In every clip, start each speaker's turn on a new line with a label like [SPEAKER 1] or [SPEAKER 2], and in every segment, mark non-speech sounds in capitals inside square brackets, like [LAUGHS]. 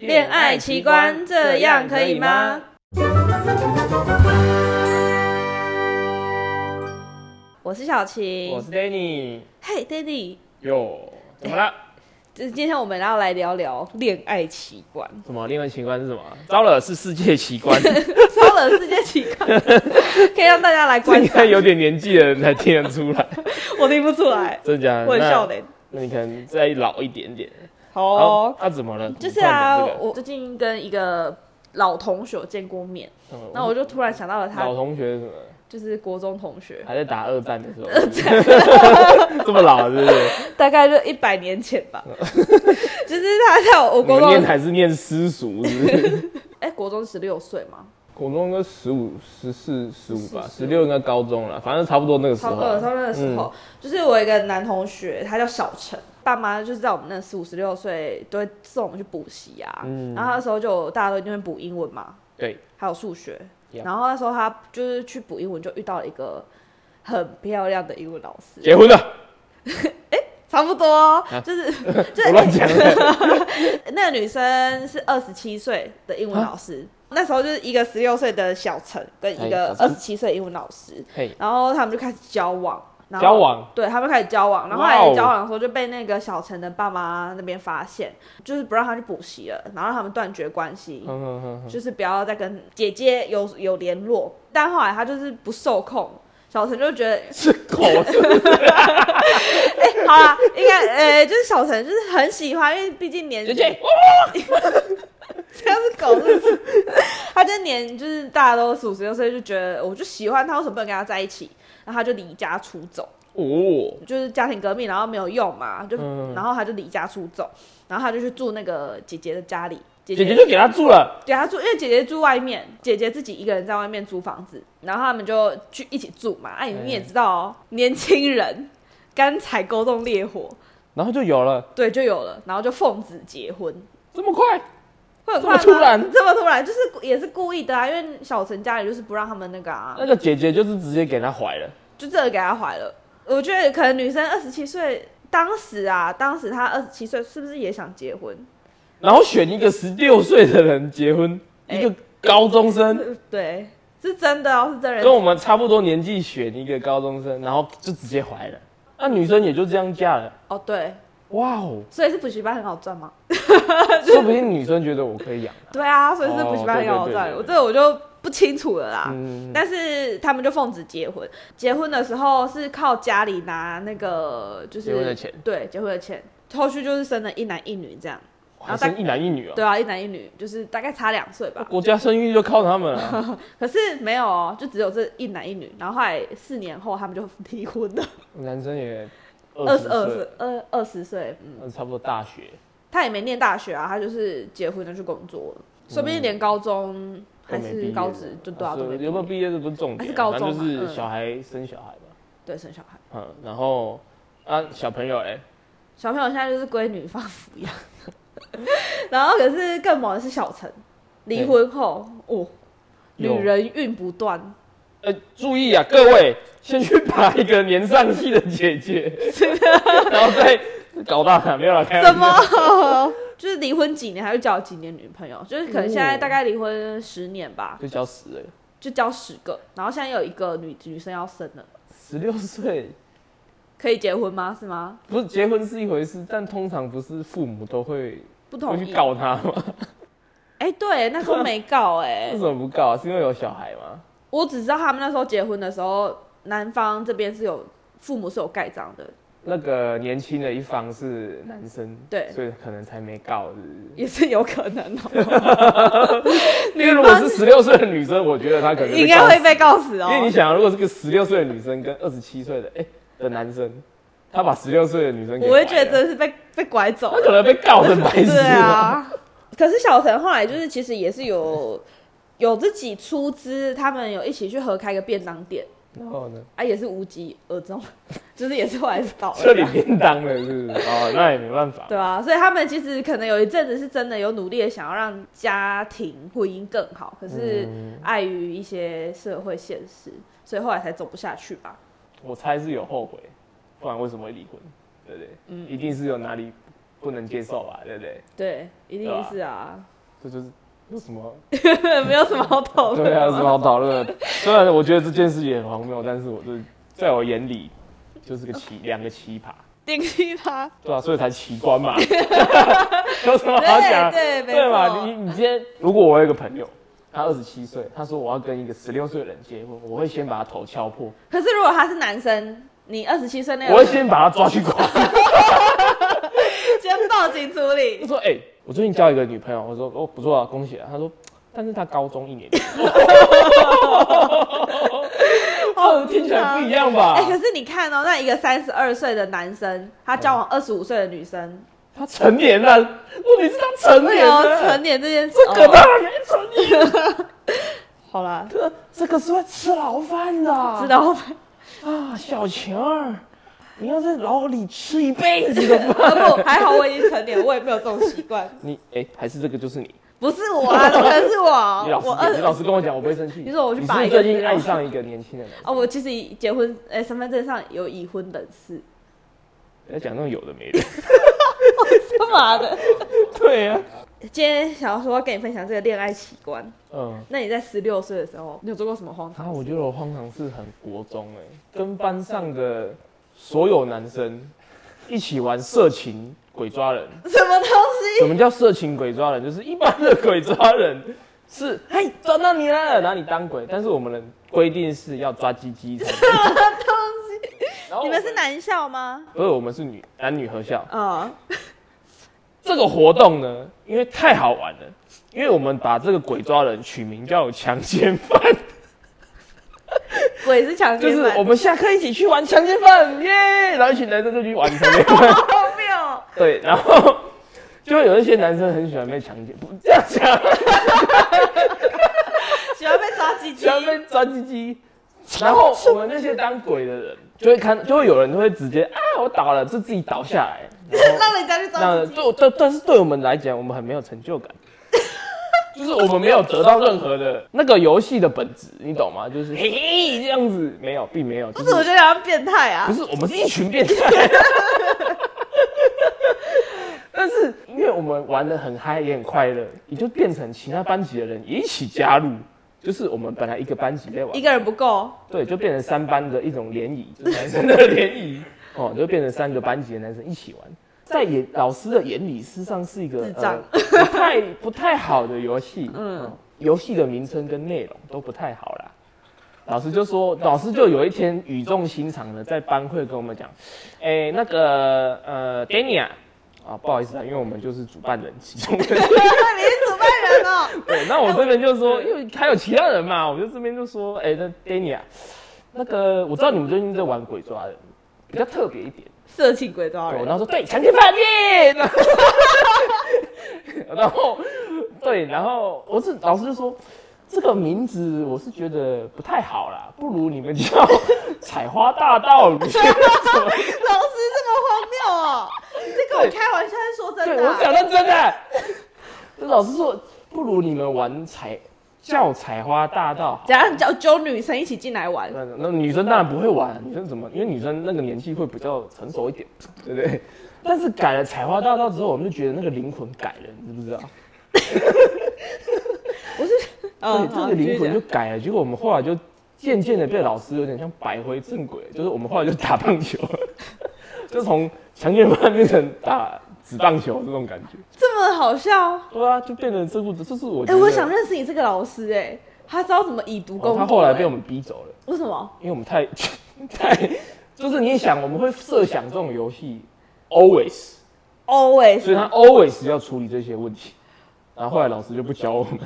[SPEAKER 1] 恋爱奇观这样可以吗？我是小
[SPEAKER 2] 我
[SPEAKER 1] 晴
[SPEAKER 2] 是。Danny，哎
[SPEAKER 1] 嘿、d a d d y
[SPEAKER 2] 哟，怎么了？
[SPEAKER 1] 就是今天我们要来聊聊恋爱奇
[SPEAKER 2] [LAUGHS]
[SPEAKER 1] 观，
[SPEAKER 2] 什么？另外奇观是什么？糟了，是世界奇 [LAUGHS] 观，
[SPEAKER 1] 超人世界奇观，可以让大家来
[SPEAKER 2] 这
[SPEAKER 1] 观
[SPEAKER 2] 应该
[SPEAKER 1] 赏。
[SPEAKER 2] 有点年纪的人才听得出来，
[SPEAKER 1] 我听不出来，
[SPEAKER 2] 真的假的？
[SPEAKER 1] 我很
[SPEAKER 2] 那
[SPEAKER 1] 笑的。
[SPEAKER 2] 嗯那你可能再老一点点。
[SPEAKER 1] 好
[SPEAKER 2] 哦
[SPEAKER 1] 哦，，
[SPEAKER 2] 那怎么了？
[SPEAKER 1] 就是啊，
[SPEAKER 2] 你突然讲
[SPEAKER 1] 我最近跟一个老同学有见过面，
[SPEAKER 2] 这个，
[SPEAKER 1] 那我就突然想到了他
[SPEAKER 2] 老，同学是什么？
[SPEAKER 1] 就是国中同学，
[SPEAKER 2] 还在打二战的时候， [LAUGHS] 这么老是不是？
[SPEAKER 1] 大概就一百年前吧。 [LAUGHS] 就是他在 [LAUGHS] 我
[SPEAKER 2] 嗯你
[SPEAKER 1] 国
[SPEAKER 2] 们
[SPEAKER 1] 中
[SPEAKER 2] 念，还是念私塾是
[SPEAKER 1] [LAUGHS]
[SPEAKER 2] 不是？
[SPEAKER 1] 哎、国中十六岁嘛，
[SPEAKER 2] 国中应该十五、十四、十五吧，
[SPEAKER 1] 14
[SPEAKER 2] 十六应该高中了，反正差不多那个时
[SPEAKER 1] 超
[SPEAKER 2] 候
[SPEAKER 1] 二
[SPEAKER 2] 啊。
[SPEAKER 1] 超那个时候，就是我有一个男同学，他叫小陈，爸妈就是在我们那十五十六岁都会送我们去补习啊，
[SPEAKER 2] 嗯
[SPEAKER 1] 然后那时候就大家都一定会补英文嘛，
[SPEAKER 2] 对，
[SPEAKER 1] 还有数学
[SPEAKER 2] Yep
[SPEAKER 1] 然后那时候他就是去补英文，就遇到了一个很漂亮的英文老师，
[SPEAKER 2] 结婚了，
[SPEAKER 1] 差不多
[SPEAKER 2] 啊 [LAUGHS]
[SPEAKER 1] 就是
[SPEAKER 2] 我乱讲的。
[SPEAKER 1] [LAUGHS] 那个女生是二十七岁的英文老师，那时候就是一个十六岁的小陈跟一个
[SPEAKER 2] 哎啊小陈
[SPEAKER 1] 二十七岁的英文老师，
[SPEAKER 2] 嘿，
[SPEAKER 1] 然后他们就开始交往。然后
[SPEAKER 2] 交往
[SPEAKER 1] 对，他们开始交往，然后后
[SPEAKER 2] 哇哦
[SPEAKER 1] 来交往的时候就被那个小陈的爸妈那边发现，就是不让他去补习了，然后让他们断绝关系，
[SPEAKER 2] 嗯嗯嗯嗯，
[SPEAKER 1] 就是不要再跟姐姐有有联络。但后来他就是不受控，小陈就觉得
[SPEAKER 2] 是 [LAUGHS] 狗是不是
[SPEAKER 1] [LAUGHS] 好啦，应该呃、就是小陈就是很喜欢，因为毕竟年
[SPEAKER 2] 姐
[SPEAKER 1] [LAUGHS]
[SPEAKER 2] 姐，
[SPEAKER 1] 这样是狗是不是？ [LAUGHS] 他就年就是大家都四五十六岁，就觉得我就喜欢他，为什么不能跟他在一起？然后他就离家出走，
[SPEAKER 2] 哦，
[SPEAKER 1] 就是家庭革命，然后没有用嘛，就、
[SPEAKER 2] 嗯
[SPEAKER 1] 然后他就离家出走，然后他就去住那个姐姐的家里。姐
[SPEAKER 2] 姐姐就给他住了，
[SPEAKER 1] 对，他住，因为姐姐住外面，姐姐自己一个人在外面租房子，然后他们就去一起住嘛。哎、你你也
[SPEAKER 2] 嗯
[SPEAKER 1] 知道哦，年轻人干柴勾动烈火，
[SPEAKER 2] 然后就有了，
[SPEAKER 1] 对，就有了，然后就奉子结婚，
[SPEAKER 2] 这么快，
[SPEAKER 1] 会很
[SPEAKER 2] 这么
[SPEAKER 1] 快吗
[SPEAKER 2] 突然
[SPEAKER 1] 这么突然，就是也是故意的啊，因为小陈家里就是不让他们那个啊
[SPEAKER 2] 那，个姐姐就是直接给他怀了，
[SPEAKER 1] 就这个给他怀了。我觉得可能女生二十七岁，当时啊，当时她二十七岁，是不是也想结婚？
[SPEAKER 2] 然后选一个十六岁的人结婚，
[SPEAKER 1] 哎
[SPEAKER 2] 一个高中生。
[SPEAKER 1] 呃对，是真的哦，是真人
[SPEAKER 2] 跟。我们差不多年纪选一个高中生，然后就直接怀了，那女生也就这样嫁了。
[SPEAKER 1] 哦，对，
[SPEAKER 2] 哇哦，
[SPEAKER 1] 所以是补习班很好赚吗？
[SPEAKER 2] 说不定女生觉得我可以养她。
[SPEAKER 1] 对啊，所以是补习班
[SPEAKER 2] 哦
[SPEAKER 1] 很好赚。
[SPEAKER 2] 对对
[SPEAKER 1] 我
[SPEAKER 2] 对对
[SPEAKER 1] 这个我就不清楚了啦。
[SPEAKER 2] 嗯，
[SPEAKER 1] 但是他们就奉旨结婚，结婚的时候是靠家里拿那个就是
[SPEAKER 2] 结婚的钱，
[SPEAKER 1] 对，结婚的钱。后续就是生了一男一女这样，
[SPEAKER 2] 还生一男一女哦、
[SPEAKER 1] 对啊，一男一女就是大概差两岁吧。
[SPEAKER 2] 国家生育就靠他们了、
[SPEAKER 1] 可是没有哦，就只有这一男一女。然后后来四年后他们就 [LAUGHS] 离婚了，
[SPEAKER 2] 男生也
[SPEAKER 1] 二
[SPEAKER 2] 十
[SPEAKER 1] 十二
[SPEAKER 2] 岁
[SPEAKER 1] 岁，二二十岁，嗯，
[SPEAKER 2] 嗯差不多大学。
[SPEAKER 1] 他也没念大学啊，他就是结婚就去工作了，说不定连高中还
[SPEAKER 2] 嗯都没毕
[SPEAKER 1] 是
[SPEAKER 2] 业
[SPEAKER 1] 高
[SPEAKER 2] 的
[SPEAKER 1] 职就
[SPEAKER 2] 啊
[SPEAKER 1] 对啊，
[SPEAKER 2] 是
[SPEAKER 1] 都没毕
[SPEAKER 2] 有没有
[SPEAKER 1] 业
[SPEAKER 2] 毕业这不是重点，
[SPEAKER 1] 还是高中
[SPEAKER 2] 反正就
[SPEAKER 1] 嘛
[SPEAKER 2] 是
[SPEAKER 1] 嗯
[SPEAKER 2] 小孩生小孩嘛，
[SPEAKER 1] 对生小孩。
[SPEAKER 2] 嗯，然后啊小朋友哎，
[SPEAKER 1] 小朋友现在就是归女方抚养， [LAUGHS] 然后可是更猛的是小陈，离婚后哦，女
[SPEAKER 2] 哎有
[SPEAKER 1] 人运不断，
[SPEAKER 2] 呃注意啊各位，先去把一个年上戏的姐
[SPEAKER 1] [LAUGHS]
[SPEAKER 2] 姐，然后再搞大他，没有了，开玩笑
[SPEAKER 1] 怎么？就是离婚几年还是交几年女朋友，就是
[SPEAKER 2] 哦
[SPEAKER 1] 可能现在大概离婚十年吧，
[SPEAKER 2] 就交死了，
[SPEAKER 1] 就交十个，然后现在有一个女女生要生了，
[SPEAKER 2] 十六岁。
[SPEAKER 1] 可以结婚吗？是吗？
[SPEAKER 2] 不是结婚是一回事，但通常不是父母都会
[SPEAKER 1] 不
[SPEAKER 2] 会
[SPEAKER 1] 同
[SPEAKER 2] 去
[SPEAKER 1] 意。
[SPEAKER 2] 告他吗？
[SPEAKER 1] 哎、对，那时候没告哎、
[SPEAKER 2] 为 [LAUGHS] 什么不告啊？是因为有小孩吗？
[SPEAKER 1] 我只知道他们那时候结婚的时候，男方这边是有父母是有盖章的，
[SPEAKER 2] 那个年轻的一方是男生，
[SPEAKER 1] 对
[SPEAKER 2] 所以可能才没告，是不是？
[SPEAKER 1] 也是有可能哦、
[SPEAKER 2] [LAUGHS] 因为如果是十六岁的女生，我觉得她可能
[SPEAKER 1] 应该会被告死哦
[SPEAKER 2] 告死，因为你。想啊，如果是个十六岁的女生跟二十七岁的哎、的男生，他把十六岁的女生给
[SPEAKER 1] 我会觉
[SPEAKER 2] 拐
[SPEAKER 1] 得
[SPEAKER 2] 了，
[SPEAKER 1] 是被被拐走
[SPEAKER 2] 他 [LAUGHS]
[SPEAKER 1] 了。
[SPEAKER 2] 可能被告成白痴
[SPEAKER 1] 对。啊，可是小陈后来就是其实也是有有自己出资，他们有一起去合开个便当店，
[SPEAKER 2] [LAUGHS] 然后呢，
[SPEAKER 1] 啊，也是无疾而终， [LAUGHS] 就是也是后来是倒
[SPEAKER 2] 这
[SPEAKER 1] 了这
[SPEAKER 2] 里
[SPEAKER 1] 样。
[SPEAKER 2] 便当了，是不是？哦，那也没办法。
[SPEAKER 1] 对啊，所以他们其实可能有一阵子是真的有努力的想要让家庭婚姻更好，可是
[SPEAKER 2] 嗯
[SPEAKER 1] 碍于一些社会现实，所以后来才走不下去吧。
[SPEAKER 2] 我猜是有后悔，不然为什么会离婚？对不对？
[SPEAKER 1] 嗯
[SPEAKER 2] 一定是有哪里不能接受啊吧，对不对？
[SPEAKER 1] 对，一定是啊，
[SPEAKER 2] 这就是有什
[SPEAKER 1] [LAUGHS]
[SPEAKER 2] 么？
[SPEAKER 1] 没有什么好讨论。
[SPEAKER 2] 对啊，有什么？好讨论的？虽然我觉得这件事也很荒谬，但是我就是在我眼里就是个奇两个奇葩，
[SPEAKER 1] 定义他，
[SPEAKER 2] 对啊，所以才奇观嘛，有什么好讲？
[SPEAKER 1] 对对没
[SPEAKER 2] 对嘛？
[SPEAKER 1] 错
[SPEAKER 2] 你你今天如果我有一个朋友，他二十七岁，他说我要跟一个十六岁的人结婚，我会先把他头敲破，
[SPEAKER 1] 可是如果他是男生，你二十七岁那个，
[SPEAKER 2] 我会先把他抓去关。
[SPEAKER 1] 先报警处
[SPEAKER 2] [LAUGHS] 他
[SPEAKER 1] 理。
[SPEAKER 2] 说：“哎、我最近交一个女朋友。”我说：“哦，不错啊，恭喜啊。”他说：“但是她高中一年级。”哦，听起来不一样吧
[SPEAKER 1] 哎、？可是你看哦，那一个三十二岁的男生，他交
[SPEAKER 2] 嗯
[SPEAKER 1] 往二十五岁的女生，
[SPEAKER 2] 他成年了，问题是他成
[SPEAKER 1] 对
[SPEAKER 2] 年
[SPEAKER 1] 哦，
[SPEAKER 2] 了，
[SPEAKER 1] 成年这件事，
[SPEAKER 2] 这可
[SPEAKER 1] 哦、
[SPEAKER 2] 怕，成年
[SPEAKER 1] 好啦，
[SPEAKER 2] 了，这个是会吃牢饭的啊，
[SPEAKER 1] 知道吗？ [LAUGHS]
[SPEAKER 2] 啊，小晴儿，你要在牢里吃一辈子的饭。
[SPEAKER 1] 啊不，还好我已经成年，我也没有这种习惯。
[SPEAKER 2] 你哎、还是这个就是你，
[SPEAKER 1] 不是我啊，怎么可能是我？
[SPEAKER 2] [LAUGHS] 你老实
[SPEAKER 1] 我
[SPEAKER 2] 讲，你老
[SPEAKER 1] 二
[SPEAKER 2] 实跟我讲，我不会生气。
[SPEAKER 1] 你说我去
[SPEAKER 2] 你是
[SPEAKER 1] 把
[SPEAKER 2] 不
[SPEAKER 1] 一
[SPEAKER 2] 是
[SPEAKER 1] 个啊
[SPEAKER 2] 最近
[SPEAKER 1] 资料
[SPEAKER 2] 爱上一个年
[SPEAKER 1] [LAUGHS]
[SPEAKER 2] 轻人了，啊
[SPEAKER 1] 哦，我其实已结婚，哎、身份证上有已婚本事，
[SPEAKER 2] 不要讲那种有的没
[SPEAKER 1] [LAUGHS]
[SPEAKER 2] 的。
[SPEAKER 1] 干嘛的？
[SPEAKER 2] [LAUGHS] 对
[SPEAKER 1] 啊
[SPEAKER 2] 呀、
[SPEAKER 1] 今天想要说要跟你分享这个恋爱奇观。
[SPEAKER 2] 嗯。
[SPEAKER 1] 那你在十六岁的时候，你有做过什么荒唐？
[SPEAKER 2] 啊，我觉得我荒唐是很国中哎、跟班上的所有男生一起玩色情鬼抓人。
[SPEAKER 1] 什么东西？
[SPEAKER 2] 什么叫色情鬼抓人？就是一般的鬼抓人是，嘿，抓到你了，拿你当鬼。但是我们的规定是要抓鸡鸡才能。
[SPEAKER 1] [LAUGHS]
[SPEAKER 2] 然后
[SPEAKER 1] 你们是？男校吗？
[SPEAKER 2] 不是，我们是女男女合校。
[SPEAKER 1] 啊、
[SPEAKER 2] 这个活动呢，因为太好玩了，因为我们把这个鬼抓人取名叫强奸犯。
[SPEAKER 1] 我也是强
[SPEAKER 2] 就
[SPEAKER 1] 奸
[SPEAKER 2] 是
[SPEAKER 1] 犯，
[SPEAKER 2] 我们下课一起去玩强奸犯，耶！然后一群男生就去玩强奸犯， [LAUGHS]
[SPEAKER 1] 荒谬哦。
[SPEAKER 2] 对，然后就会有一些男生很喜欢被强奸，不这样讲，
[SPEAKER 1] 喜欢被抓鸡鸡
[SPEAKER 2] 喜，欢被抓鸡鸡。然后我们那些当鬼的人就会看，就会有人就会直接啊，我倒了，就自己倒下来，然后
[SPEAKER 1] 让人家去抓
[SPEAKER 2] 那
[SPEAKER 1] 鸡鸡。
[SPEAKER 2] 对但但是对我们来讲，我们很没有成就 [LAUGHS] 感。就是我们没有得到任何的那个游戏的本质，你懂吗？就是嘿嘿这样子，没有，并没有。就
[SPEAKER 1] 不是，我觉得好像变态啊
[SPEAKER 2] 不！是，我们是一群 [LAUGHS] 变态。但是因为我们玩的很嗨，也很快乐，也就变成其他班级的人也一起加入。就是我们本来一个班级在玩
[SPEAKER 1] 一，个人不够，
[SPEAKER 2] 对，就变成三班的一种联谊，就是男生的联谊，哦，就变成三个班级的男生一起玩。在眼老师的眼里，事实上是一个
[SPEAKER 1] 智障
[SPEAKER 2] 呃、不太不太好的游戏。嗯，游戏的名称跟内容都不太好啦。老师就说，老师就有一天语重心长的在班会跟我们讲，哎、那个呃，Danny 啊，啊，不好意思啊，因为我们就是主办人其中的
[SPEAKER 1] 你是主办人哦。
[SPEAKER 2] [LAUGHS] 对，那哎我这边就说，因为还有其他人嘛，我就这边就说，哎、那 Danny 啊，那个我知道你们最近在玩鬼抓人，比较特别一点。
[SPEAKER 1] 色情鬼抓
[SPEAKER 2] 对，
[SPEAKER 1] 人
[SPEAKER 2] 然，后说对，强奸犯耶。 [LAUGHS] 然后然后对，然后我是老师就说，这个名字我是觉得不太好啦，不如你们叫采花大盗。你觉得怎么样
[SPEAKER 1] 老师这么荒谬哦！你在跟我开玩笑，还是说真
[SPEAKER 2] [LAUGHS] 对
[SPEAKER 1] 的
[SPEAKER 2] 我
[SPEAKER 1] 啊？
[SPEAKER 2] 讲认真的， [LAUGHS] 这老师说，不如你们玩采叫采花大盗好了。
[SPEAKER 1] 怎样叫揪女生一起进来玩？
[SPEAKER 2] 那那女生当然不会玩，女生怎么？因为女生那个年纪会比较成熟一点，对不对？但是改了《采花大道》之后，我们就觉得那个灵魂改了，你知不知道？[LAUGHS] 对，这个
[SPEAKER 1] 嗯，好
[SPEAKER 2] 灵魂就
[SPEAKER 1] 继续
[SPEAKER 2] 改了。结果我们后来就渐渐的被老师有点像摆回正轨，就是我们后来就打棒球， [LAUGHS] 就从强奸犯变成打纸棒球这种感觉。
[SPEAKER 1] 讲这么好笑。
[SPEAKER 2] 对啊，就变成这部，这是我觉
[SPEAKER 1] 哎，
[SPEAKER 2] 得。
[SPEAKER 1] 我想认识你这个老师，哎，他知道怎么以毒
[SPEAKER 2] 哦
[SPEAKER 1] 攻毒。
[SPEAKER 2] 他后来被我
[SPEAKER 1] 哎
[SPEAKER 2] 们逼走了，
[SPEAKER 1] 为什么？
[SPEAKER 2] 因为我们太 [LAUGHS] 太，就是你想，我们会设想这种游戏，always。所以
[SPEAKER 1] always，
[SPEAKER 2] 他 always 要处理这些问题。然后后来老师就不教我们，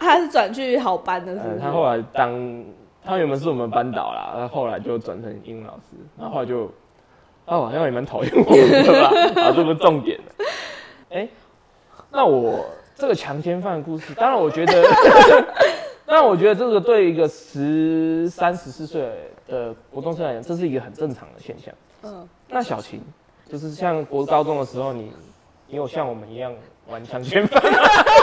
[SPEAKER 1] 他是转去好班的，是不
[SPEAKER 2] 呃
[SPEAKER 1] 是？
[SPEAKER 2] 他后来当他原本是我们班导啦，他后来就转成英文老师，然后后来就，他好像也蛮讨厌我们的吧？ [LAUGHS] 啊，这不是重点了。哎、那我这个强奸犯的故事，当然我觉得， [LAUGHS] 当然我觉得这个对一个十三十四岁的国中生来讲，这是一个很正常的现象。
[SPEAKER 1] 嗯，
[SPEAKER 2] 那小晴，就是像国高中的时候你，你有像我们一样玩强奸犯？
[SPEAKER 1] 哦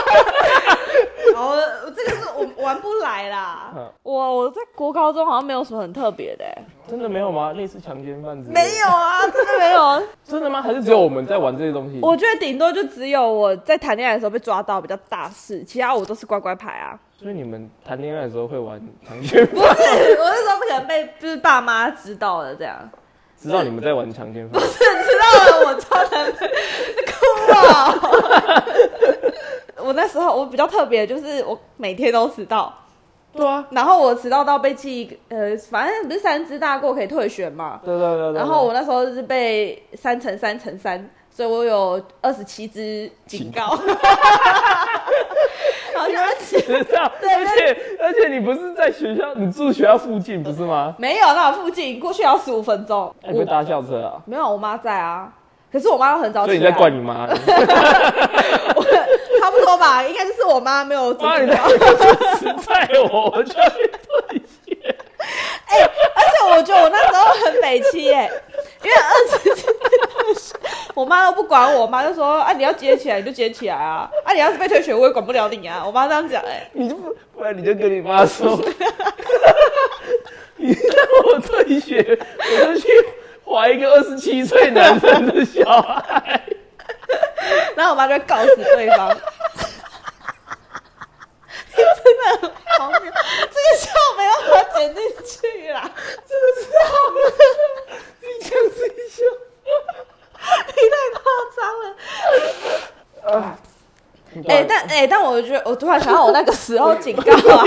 [SPEAKER 1] 好，这个是我我玩不来啦
[SPEAKER 2] [LAUGHS] 嗯。
[SPEAKER 1] 我我在国高中好像没有什么很特别的、欸，
[SPEAKER 2] [LAUGHS] 真的没有吗？类似强奸犯之类的？
[SPEAKER 1] 没有，啊， [LAUGHS] 真的没有。
[SPEAKER 2] 真的吗？还是只有我们在玩这些东西？
[SPEAKER 1] 我觉得顶多就只有我在谈恋爱的时候被抓到比较大事，其他我都是乖乖牌
[SPEAKER 2] [LAUGHS]
[SPEAKER 1] 啊。
[SPEAKER 2] 所以你们谈恋爱的时候会玩强奸 [LAUGHS]
[SPEAKER 1] 不
[SPEAKER 2] 犯？
[SPEAKER 1] 是，我那时候不可能被就是爸妈知道了这样，
[SPEAKER 2] 知道你们在玩强奸犯？
[SPEAKER 1] 是知道了我交男朋友， [LAUGHS] 哭啊！ [LAUGHS] 我那时候我比较特别，就是我每天都迟到，
[SPEAKER 2] 对啊，
[SPEAKER 1] 然后我迟到到被记，呃，反正不是三支大过可以退学嘛。
[SPEAKER 2] 对啊对对对对。
[SPEAKER 1] 然后我那时候就是被三乘三乘三，所以我有二十七支警告。 [LAUGHS] 然后就二十
[SPEAKER 2] 知道，
[SPEAKER 1] 对
[SPEAKER 2] 啊而且而且你不是在学校，你住学校附近不是吗？
[SPEAKER 1] 没有到附近，过去要十五分钟。
[SPEAKER 2] 哎，你被
[SPEAKER 1] 我
[SPEAKER 2] 搭校车啊？
[SPEAKER 1] 没有，我妈在啊。可是我妈很早起
[SPEAKER 2] 所以
[SPEAKER 1] 来，
[SPEAKER 2] 你在怪你妈？
[SPEAKER 1] 我 [LAUGHS] 差不多吧，应该就是我妈没有注意到。
[SPEAKER 2] 妈，你在实在我，我就会退学。
[SPEAKER 1] 而且我觉得我那时候很北七耶、因为二十七，我妈都不管我，我妈就说啊，你要接起来你就接起来啊，啊，你要是被退学我也管不了你啊，我妈这样讲哎、
[SPEAKER 2] 你就不，不然你就跟你妈 [LAUGHS] 说，你让我退学，我就去怀一个二十七岁男生的小孩。
[SPEAKER 1] 然后我妈就会告死对方。你真的很荒谬，这个笑没有办法剪进去啦，真的是 [LAUGHS] 好了，
[SPEAKER 2] 你这样子一笑
[SPEAKER 1] 你太夸张
[SPEAKER 2] 啊！
[SPEAKER 1] 了。哎、但哎、但我觉得，我突然想到我那个时候警告啊，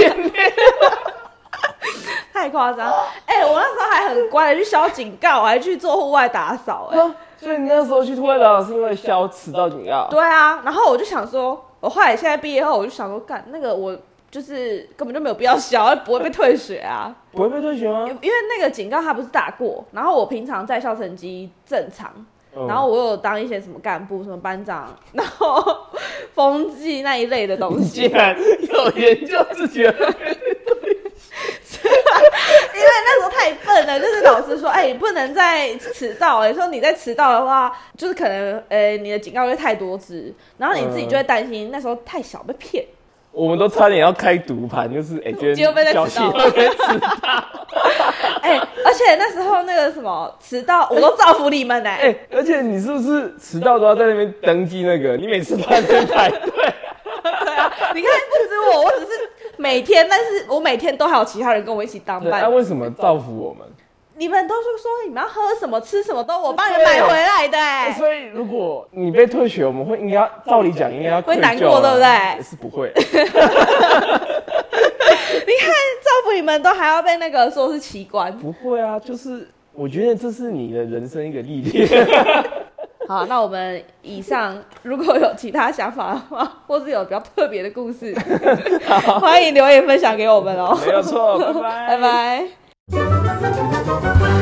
[SPEAKER 1] 太夸张。哎、我那时候还很乖，去消警告，我还去做户外打扫、哎，
[SPEAKER 2] 啊所以你那时候去突然打是因为消迟到警告，
[SPEAKER 1] 对啊。然后我就想说，我后来现在毕业后，我就想说，干那个我就是根本就没有必要消，不会被退学啊。
[SPEAKER 2] 不会被退学吗
[SPEAKER 1] 因？因为那个警告他不是打过，然后我平常在校成绩正常，
[SPEAKER 2] 嗯
[SPEAKER 1] 然后我有当一些什么干部、什么班长，然后 [LAUGHS] 风纪那一类的东西。
[SPEAKER 2] 竟然有研究自己的
[SPEAKER 1] 因为那时候太笨了，就是老师说，哎、你不能再迟到、哎，说你再迟到的话，就是可能，呃、你的警告会太多只，然后你自己就会担心、那时候太小被骗。
[SPEAKER 2] 我们都差点要开赌盘，就是哎，今
[SPEAKER 1] [LAUGHS] 结果被
[SPEAKER 2] 天
[SPEAKER 1] 他
[SPEAKER 2] 小
[SPEAKER 1] 迟到
[SPEAKER 2] 心会被迟到。
[SPEAKER 1] 哎、而且那时候那个什么迟到，我都造福你们呢、
[SPEAKER 2] 哎，而且你是不是迟到都要在那边登记那个？你每次都在那边排队。
[SPEAKER 1] 对啊，你看不止我，我只是每天，但是我每天都还有其他人跟我一起当
[SPEAKER 2] 对，那啊
[SPEAKER 1] 班。
[SPEAKER 2] 为什么造福我们？
[SPEAKER 1] 你们都是说哎你们要喝什么、吃什么，都我帮你们买回来的、哎
[SPEAKER 2] 所以如果你被退学，我们会应该照理讲应该要愧疚啊
[SPEAKER 1] 会难过对不对
[SPEAKER 2] 是不会，
[SPEAKER 1] 你看造福你们都还要被那个说是奇观。
[SPEAKER 2] 不会啊，就是我觉得这是你的人生一个历练。 [LAUGHS]
[SPEAKER 1] 好，那我们以上如果有其他想法的话，或是有比较特别的故事，欢迎留言分享给我们哦。
[SPEAKER 2] 没有错，拜拜，
[SPEAKER 1] 拜拜。